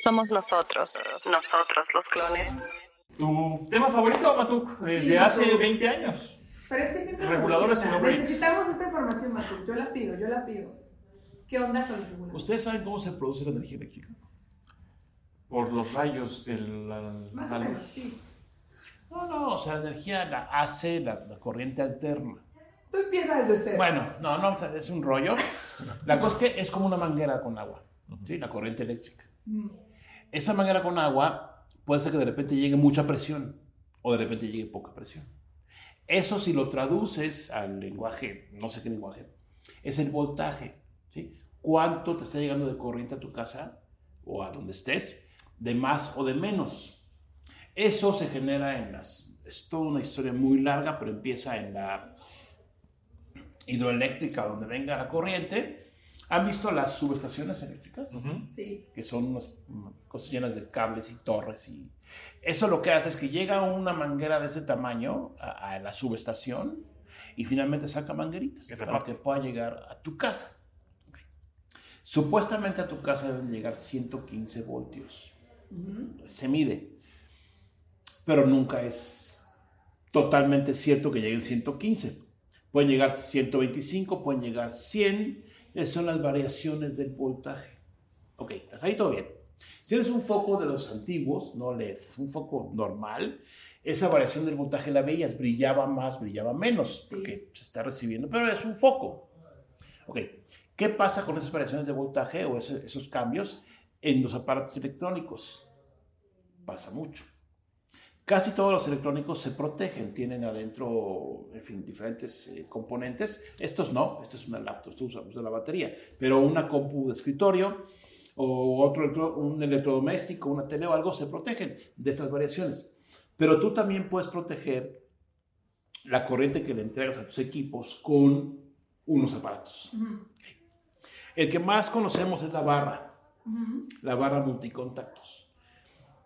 Somos nosotros, nosotros los clones. ¿Tu tema favorito, Matuk? Desde Sí, hace Matuk. 20 años. Pero es que siempre. Reguladores funciona. y no breaks. Necesitamos esta información, Matu. Yo la pido, yo la pido. ¿Qué onda con los reguladores? ¿Ustedes saben cómo se produce la energía eléctrica? Por los rayos de la, Más la o menos, luz. sí. No, no, o sea, la energía la hace la, la corriente alterna. Tú empiezas desde cero. Bueno, no, no, o sea, es un rollo. La cosa es que es como una manguera con agua, ¿sí? La corriente eléctrica. Mm. Esa manguera con agua puede ser que de repente llegue mucha presión o de repente llegue poca presión. Eso si lo traduces al lenguaje, no sé qué lenguaje, es el voltaje, ¿sí? ¿Cuánto te está llegando de corriente a tu casa o a donde estés, de más o de menos? Eso se genera en las... Es toda una historia muy larga, pero empieza en la hidroeléctrica donde venga la corriente ¿Han visto las subestaciones eléctricas? Ujú. Sí. que son unas mm, cosas llenas de cables y torres y eso lo que hace es que llega una manguera de ese tamaño a, a la subestación y finalmente saca mangueritas Y para reparte. que pueda llegar a tu casa. Ok. Supuestamente a tu casa deben llegar 115 voltios. Ujú. Se mide. Pero nunca es totalmente cierto que lleguen 115. Pueden llegar 125, pueden llegar 100. Esas son las variaciones del voltaje. Ok, hasta ahí todo bien. Si eres un foco de los antiguos, no LED, un foco normal, esa variación del voltaje la veías, brillaba más, brillaba menos, Sí. porque se está recibiendo, pero es un foco. Ok, ¿qué pasa con esas variaciones de voltaje o ese- esos cambios en los aparatos electrónicos? Pasa mucho. Casi todos los electrónicos se protegen, tienen adentro, en fin, diferentes eh, componentes. Estos no, esto es una laptop, esto usa, usa la batería, pero una compu de escritorio o otro electro- un electrodoméstico, una tele o algo se protegen de estas variaciones. Pero tú también puedes proteger la corriente que le entregas a tus equipos con unos aparatos. Ujú. El que más conocemos es la barra Ujú. la barra multicontactos.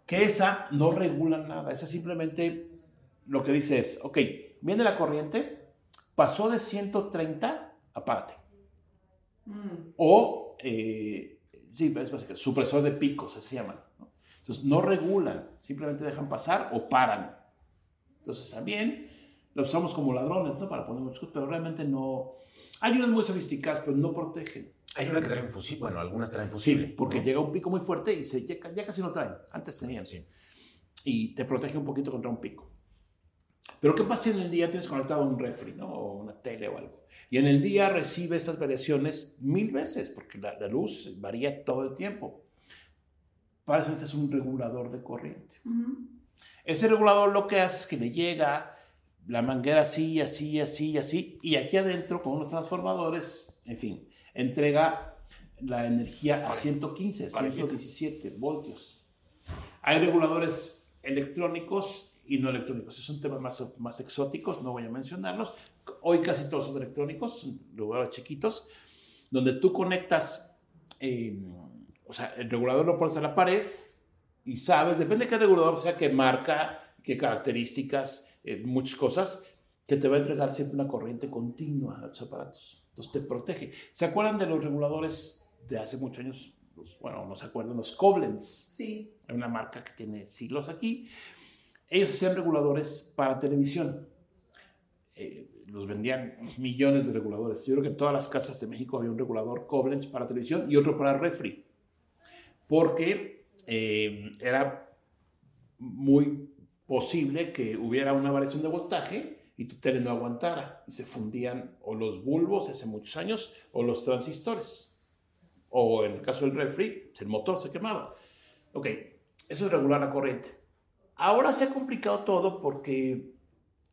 Que esa no regula nada, esa simplemente lo que dice es, ok, viene la corriente, pasó de 130, aparte. Ujú. O, eh, sí, es básicamente, supresor de picos, se llaman. ¿no? Entonces, no regulan, simplemente dejan pasar o paran. Entonces, también lo usamos como ladrones, ¿no? Para poner muchas cosas, pero realmente no... Hay unas muy sofisticadas, pero no protegen. Hay una que trae fusible, bueno, algunas traen fusible. Sí, porque ¿no? llega un pico muy fuerte y se, ya, ya casi no traen. Antes tenían, sí. Y te protege un poquito contra un pico. Pero ¿qué pasa si en el día tienes conectado un refri, ¿no? O una tele o algo. Y en el día recibe estas variaciones mil veces, porque la, la luz varía todo el tiempo. Para eso este es un regulador de corriente. Ujú. Ese regulador lo que hace es que le llega la manguera así, así, así, así, y aquí adentro con unos transformadores, en fin, entrega la energía a 115, parejita. 117 voltios. Hay reguladores electrónicos y no electrónicos. Esos son temas más, más exóticos, no voy a mencionarlos. Hoy casi todos son electrónicos, son reguladores chiquitos, donde tú conectas, eh, o sea, el regulador lo pones a la pared y sabes, depende de qué regulador sea, qué marca, qué características, eh, muchas cosas, que te va a entregar siempre una corriente continua a los aparatos. Entonces te protege. ¿Se acuerdan de los reguladores de hace muchos años? Los- bueno, no se acuerdan, los Koblenz. Sí. Hay una marca que tiene siglos aquí. Ellos hacían reguladores para televisión. Eh, los vendían millones de reguladores. Yo creo que en todas las casas de México había un regulador Koblenz para televisión y otro para refri. Porque eh, era muy posible que hubiera una variación de voltaje y tu tele no aguantara. Y se fundían o los bulbos hace muchos años o los transistores. O en el caso del refri, el motor se quemaba. Ok, eso es regular la corriente. Ahora se ha complicado todo porque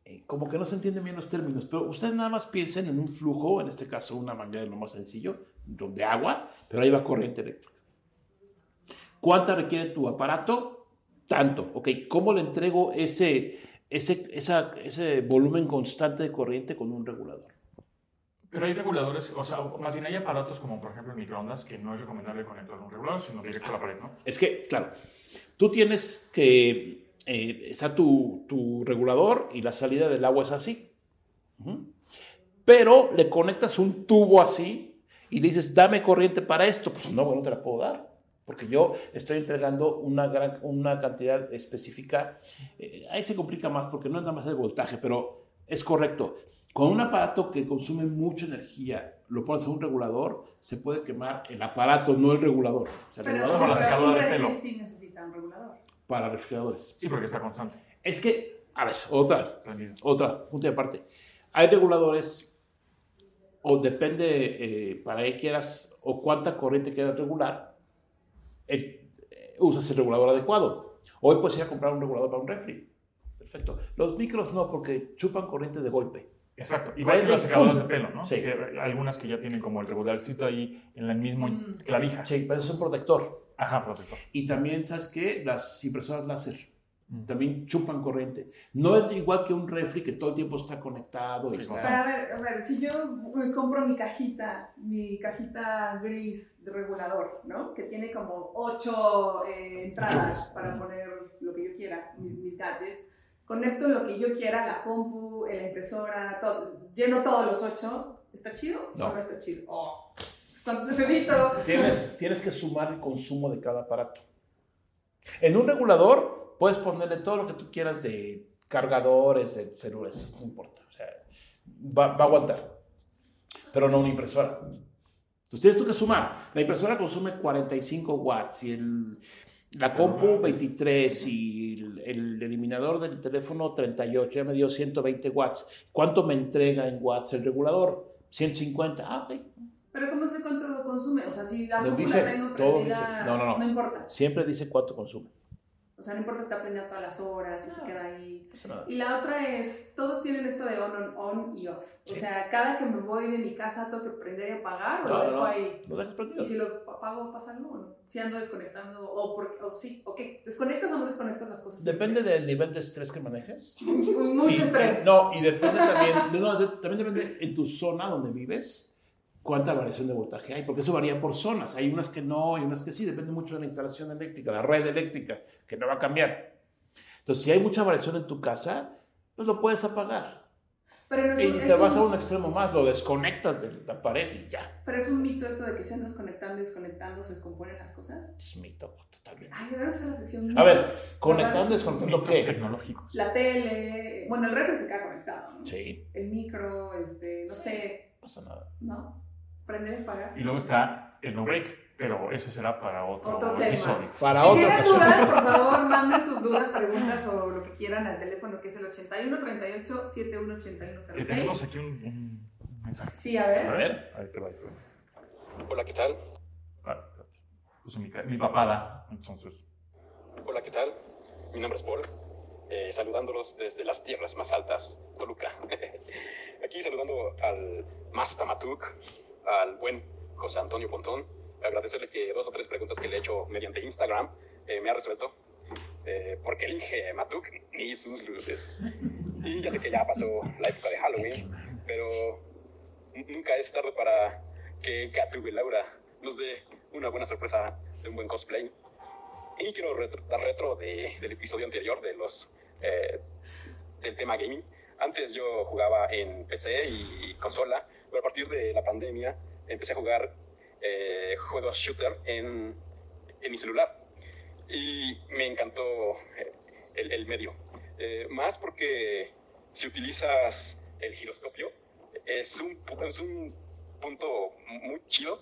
eh, como que no se entienden bien los términos, pero ustedes nada más piensen en un flujo, en este caso una manguera es lo más sencillo, de agua, pero ahí va corriente eléctrica. ¿Cuánta requiere tu aparato? Tanto. Ok, ¿cómo le entrego ese, ese, esa- ese volumen constante de corriente con un regulador? Pero hay reguladores, o sea, más bien hay aparatos como por ejemplo el microondas que no es recomendable conectar a un regulador, sino directo a la pared, ¿no? Es que, claro, tú tienes que. eh, está tu, tu regulador y la salida del agua es así. Ujú. Pero le conectas un tubo así y le dices, dame corriente para esto. Pues no, bueno, no te la puedo dar. Porque yo estoy entregando una, gran, una cantidad específica. Eh, ahí se complica más porque no es nada más el voltaje, pero es correcto. Con un aparato que consume mucha energía, lo pones en un regulador, se puede quemar el aparato, no el regulador. O sea, el Pero, regulador con la pero secadora un de refri pelo. sí necesita un regulador. para refrigeradores. Sí, porque está constante. Es que, a ver, otra, prendido. otra, punto y aparte. Hay reguladores, o depende eh, para qué quieras, o cuánta corriente quieras regular, el- eh, usas el regulador adecuado. Hoy puedes ir a comprar un regulador para un refri. Perfecto. Los micros no, porque chupan corriente de golpe. Exacto. Corriente Igual que las y secadoras de zoom. pelo, ¿no? Sí. Que hay algunas que ya tienen como el regularcito ahí en la misma Mm. clavija. Sí, pero es pues, un protector. Ajá, protector. Y también, ¿sabes qué? Las impresoras láser. También chupan corriente. No es igual que un refri que todo el tiempo está conectado. y Sí, está- Pero a ver, a ver, si yo me compro mi cajita, mi cajita gris de regulador, ¿no? Que tiene como ocho eh, entradas Enchufes. para poner lo que yo quiera, mis, mis gadgets. Conecto lo que yo quiera, la compu, eh, la impresora, todo. Lleno todos los ocho. ¿Está chido? No. ¿O no está chido? Oh. ¿Cuánto necesito? Tienes, tienes que sumar el consumo de cada aparato. En un regulador puedes ponerle todo lo que tú quieras de cargadores, de celulares, no importa. O sea, va, va a aguantar. Pero no una impresora. Entonces tienes tú que sumar. La impresora consume 45 watts y el, la compu 23 y el, el eliminador del teléfono 38. Ya me dio 120 watts. ¿Cuánto me entrega en watts el regulador? 150. Ah, ok. Pero ¿cómo sé cuánto consume? O sea, si la Lo compu dice, la tengo todo prendida, dice. No, no, no. importa. Siempre dice cuánto consume. O sea, no importa si está prendida todas las horas, si se queda ahí. No pasa Pues nada. Y la otra es, todos tienen esto de on, on, on y off. O sea, cada que me voy de mi casa tengo que prender y apagar No, o lo no, dejo no. ahí. Lo dejas prendido. Y si lo apago, pasa algo. o ¿no? Si ando desconectando o, por, o sí, ok. ¿Desconectas o no desconectas las cosas? Pues Depende del nivel de estrés que manejes. Mucho Y- estrés. No, y depende también, no, de- también depende en tu zona donde vives, cuánta variación de voltaje hay, porque eso varía por zonas. Hay unas que no, hay unas que sí, depende mucho de la instalación eléctrica, la red eléctrica, que no va a cambiar. Entonces, si hay mucha variación en tu casa, pues lo puedes apagar. Pero, no es Y un, te es vas a un- un extremo más, lo desconectas de la pared y ya. pero es un mito esto de que se andas conectando y desconectando, se descomponen las cosas. Es mito, totalmente. Ay, ahora es la sección. A ver, mitos. Conectando, Ahora Ah, sí. desconectando, Mitos ¿qué? tecnológicos. La tele, bueno, el refri se queda conectado, ¿no? Sí, El micro, este, no sé, no pasa nada. ¿no? Prender y apagar. Y luego está el no break, pero ese será para otro, Otro tema. episodio. Para si otra tienen ocasión. dudas, por favor, manden sus dudas, preguntas o lo que quieran al teléfono que es el 81 38 71 81 Que Eh, tenemos 06. aquí un, un mensaje. Sí, a ver. A ver, Ahí te va, ahí te va. Hola, ¿qué tal? Ah, espérate. Pues mi, ca- mi papá da, entonces. Hola, ¿qué tal? Mi nombre es Paul, eh, saludándolos desde las tierras más altas, Toluca. Aquí saludando al Mastamatuk, al buen José Antonio Pontón. Agradecerle que dos o tres preguntas que le he hecho mediante Instagram eh, me ha resuelto. eh, porque elige Matuk ni sus luces. Y ya sé que ya pasó la época de Halloween, pero n- nunca es tarde para que Gatube Laura nos dé una buena sorpresa de un buen cosplay. Y quiero retro- dar retro de- del episodio anterior de los eh, del tema gaming. Antes yo jugaba en PC y consola, pero a partir de la pandemia empecé a jugar eh, juegos shooter en, en mi celular. Y me encantó eh, el, el medio. Eh, más porque si utilizas el giroscopio, es un, pu- es un punto muy chido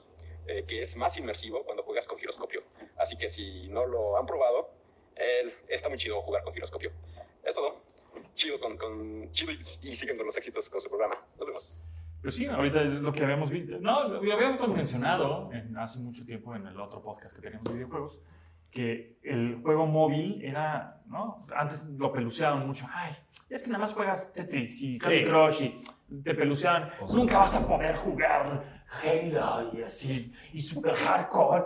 eh, que es más inmersivo cuando juegas con giroscopio. Así que si no lo han probado, eh, está muy chido jugar con giroscopio. Es todo. Chido, con, con, chido y, y siguen con los éxitos con su programa. Nos vemos. Pero sí, ahorita es lo que habíamos visto. No, lo lo habíamos mencionado en- hace mucho tiempo en el otro podcast que teníamos de videojuegos, que el juego móvil era, ¿no? Antes lo peluceaban mucho. Ay, es que nada más juegas Tetris y Candy Sí. Crush y te peluceaban. Nunca vas a poder jugar Halo y así, y super hardcore.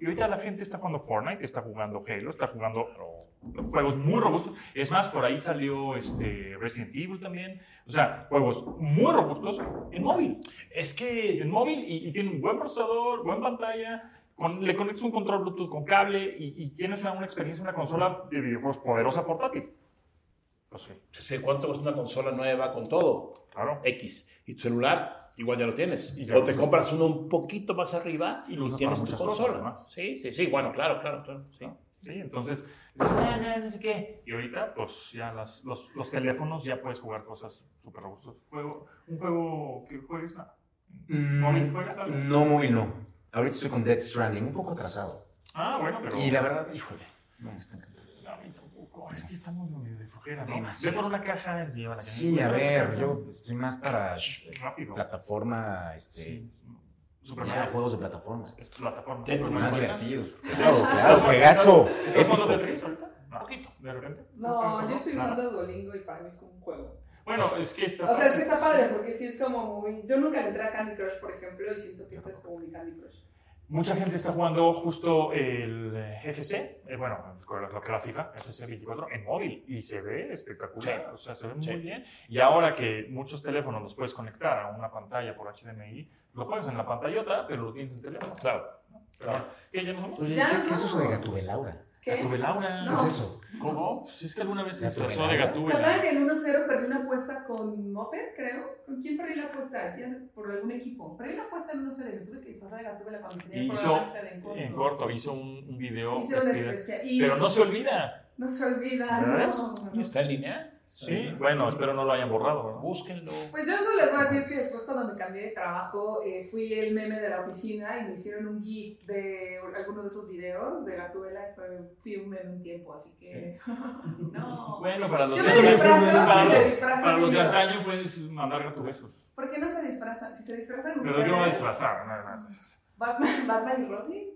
Y ahorita la gente está jugando Fortnite, está jugando Halo, está jugando oh, juegos muy robustos. Es más, por ahí salió este Resident Evil también. O sea, juegos muy robustos en móvil. es que En móvil y, y tiene un buen procesador, buena pantalla. con- le conectas un control Bluetooth con cable y, y tienes una, una experiencia, una consola de videojuegos poderosa portátil. Pues sí, sé cuánto cuesta una consola nueva con todo, claro. X. Y tu celular, igual ya lo tienes. Y ya o lo te usas. compras uno un poquito más arriba Y lo usas tienes para tu muchas cosas, consola. además. sí, sí, sí, bueno, claro, claro, claro. sí. Sí, entonces, "Ah, no, no sé qué". Y ahorita, pues ya las- los, los teléfonos ya puedes jugar cosas súper robustas. Juego- un juego que juegues ah, nada. ¿Móvil juegas algo? Mm, No, móvil no. Ahorita estoy con Dead Stranding, un poco atrasado. Ah, bueno, pero. Y la verdad, híjole, no me está encantando. No, a mí tampoco. Es que estamos medio de flojera, ¿no? Ve Demasiado. por una caja y lleva la caja. Sí, a ver, yo estoy más para sh- Rápido. plataforma, este. Sí. Super ya, Mario. juegos de plataforma. Es plataforma. Dentro Super más Más Mario. divertidos. Claro, claro, juegazo. ¿Estás jugando Épico. Tetris ahorita? No. poquito. ¿De repente? No, yo estoy Nada. usando Duolingo y para mí es como un juego. Bueno, es que está. O sea, es que está padre porque sí es como muy. Yo nunca le entré a Candy Crush, por ejemplo, y siento que este es como mi Candy Crush. Mucha gente está jugando justo el FC, eh, bueno, con lo que era FIFA, FC 24, en móvil y se ve espectacular, o sea, se ve Sí. muy bien. Y ahora que muchos teléfonos los puedes conectar a una pantalla por HDMI, lo juegas en la pantallota, pero lo tienes en el teléfono. Claro. Pero bueno, ¿qué, ya nos vamos? Oye, Ya ¿qué, nos qué es eso de vamos. Gatubelaura? ¿Qué? Gatubelaura. No. ¿Qué es eso? ¿Cómo? Pues es que alguna vez se Gatubela. disfrazó de ¿Saben Gatúbela. que en 1-0 perdí una apuesta con Moped, creo? ¿Con quién perdí la apuesta? Ya, por algún equipo. Perdí una apuesta en 1-0 y me tuve que disfrazar de Gatúbela cuando tenía el Hizo programa este de En corto hizo un, un video. Hice una vestida- especial. Y Pero no se olvida. no se olvida, no, ¿Ves? no, ¿Y no. está en línea? Sí, bueno, espero no lo hayan borrado. ¿verdad? Búsquenlo. Pues yo solo les voy a decir que después cuando me cambié de trabajo eh, fui el meme de la oficina y me hicieron un gif de alguno de esos videos de Gatubela y fue- fui un meme un tiempo, así que... no. Bueno, para los Yo de me antaño- disfrazo, si para, se los- disfrazan para los de ellos. antaño puedes mandar gatubesos. ¿Por qué no se disfrazan? Si se disfrazan Pero yo me voy a ustedes, disfrazar. no, no, no. Batman, Batman y Robin.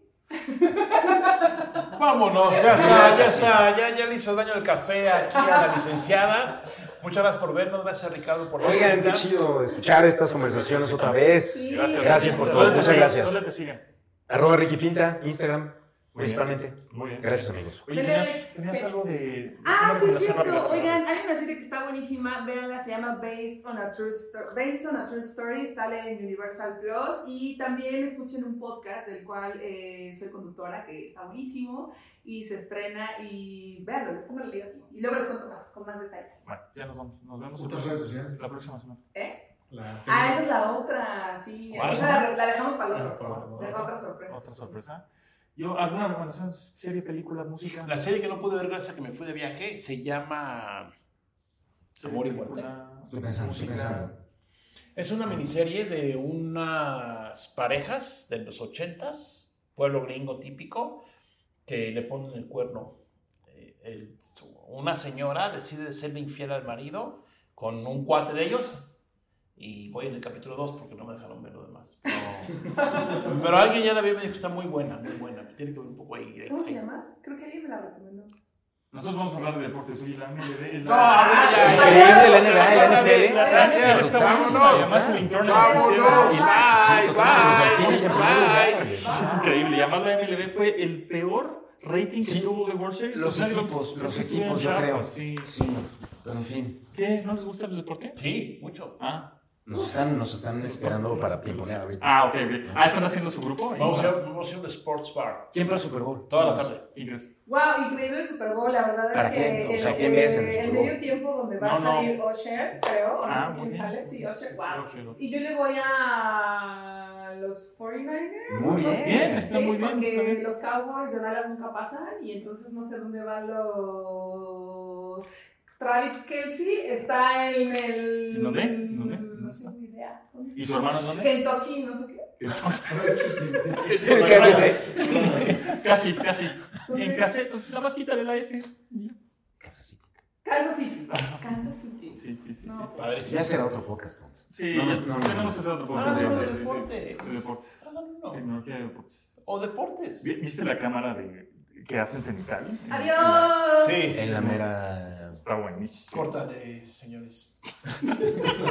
Vámonos, ya está, ya está, ya, ya le hizo daño el café aquí a la licenciada. Muchas gracias por vernos, gracias a Ricardo por la Oigan, qué visita. chido escuchar estas conversaciones otra vez. Sí. Gracias por todo, ¿Dónde te muchas siguen? gracias. ¿Dónde te siguen? Arroba Ricky Pinta, Instagram, Muy bien. principalmente. Muy bien. Gracias, amigos. Oye, tenías, tenías algo de. Ah, una sí, es recomendación cierto. rápida. Oigan, hay una serie que está buenísima. Véanla, se llama Based on a True Story. Based on a True Story. Sale en Universal Plus. Y también escuchen un podcast del cual eh, soy conductora, que está buenísimo. Y se estrena. Y véanlo, les pongo el link aquí. Y luego les cuento más, con más detalles. Bueno, ya nos vamos. Nos vemos Otras redes sociales. la próxima semana. ¿Eh? La Ah, esa es la otra. Sí, ¿Cuál? esa la, la dejamos para el Ah, para el otro. otro. Es otra sorpresa. Otra sorpresa. Yo, ¿Alguna recomendación? ¿Serie, película, música? La serie que no pude ver gracias a que me fui de viaje se llama Amor y Muerte. Estoy pensando, estoy pensando. Es una miniserie de unas parejas de los ochentas, pueblo gringo típico, que le ponen el cuerno. Eh, el- su- una señora decide serle infiel al marido con un cuate de ellos. Y voy en el capítulo 2 porque no me dejaron ver lo demás. Pero, pero alguien ya la vio y me dijo que está muy buena, muy buena. Tiene que ver un poco ahí. ahí- ¿Cómo se ahí. llama? Creo que alguien me la recomendó. Nosotros vamos a hablar de deportes hoy. La MLB. No, a Ah, ver, ya, ya. Increíble la NBA, la La NFL. NFL está buenísima. Vámonos. Y además el internet. Vámonos, bye, Aquí bye, en ese primer lugar, bye. oye. Es increíble. Y además la MLB fue el peor rating que tuvo de World Series. Los O sea, lo- equipos, los estuvieron equipos, yo creo. chafas, pues, sí. Sí, pero en fin, ¿Qué? ¿No les gusta el deporte? Sí, mucho. Ah, nos están, nos están esperando para pimponear ahorita. ah ok, ok. Ah, están haciendo su grupo. Vamos a hacer- vamos a hacer un sports bar. ¿Quién va al Super Bowl? Toda la tarde. Ingres. Wow, increíble el Super Bowl, la verdad ¿Para es quién? que O sea, el, ¿quién ves en el el Super Bowl? medio tiempo donde va a No, no. salir Osher, creo, o no Ah, sé muy quién bien. sale, sí, Osher, wow. Osher, Osher. Y yo le voy a los 49ers. Muy no bien, sé, está sí, muy bien, Porque está bien. los Cowboys de Dallas nunca pasan y entonces no sé dónde van los... Travis Kelsey está en el... ¿En dónde? ¿En dónde? ¿Dónde No está? tengo idea. ¿Dónde ¿Y está? su hermano dónde? Kentucky, no sé qué. El KBC. Casi, casi. En casi, pues, nada más quítale la F. Kansas City. Kansas City. Sí, sí, sí. No, Padrísimo. Ya será otro podcast. pues. Pons. Sí, No, ya- no, no, tenemos no. que hacer otro Ah, podcast. no, de- de de- deporte. de- de deportes. Ah, Tecnología de deportes. O deportes. Vi- ¿Viste la cámara de, que hacen cenital? Adiós. Sí. En la mera... Está buenísimo. Córtale, señores.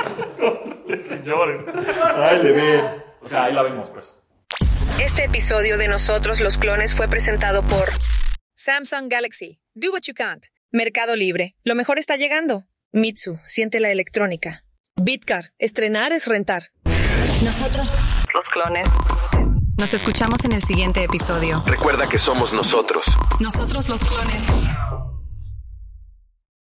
Señores. Ay, le ve. O sea, ahí la vemos, pues. Este episodio de Nosotros los Clones fue presentado por Samsung Galaxy. Do what you can't. Mercado Libre. Lo mejor está llegando. Mitsu. Siente la electrónica. Bitcar. Estrenar es rentar. Nosotros Los clones. Nos escuchamos en el siguiente episodio. Recuerda que somos nosotros. Nosotros los Clones.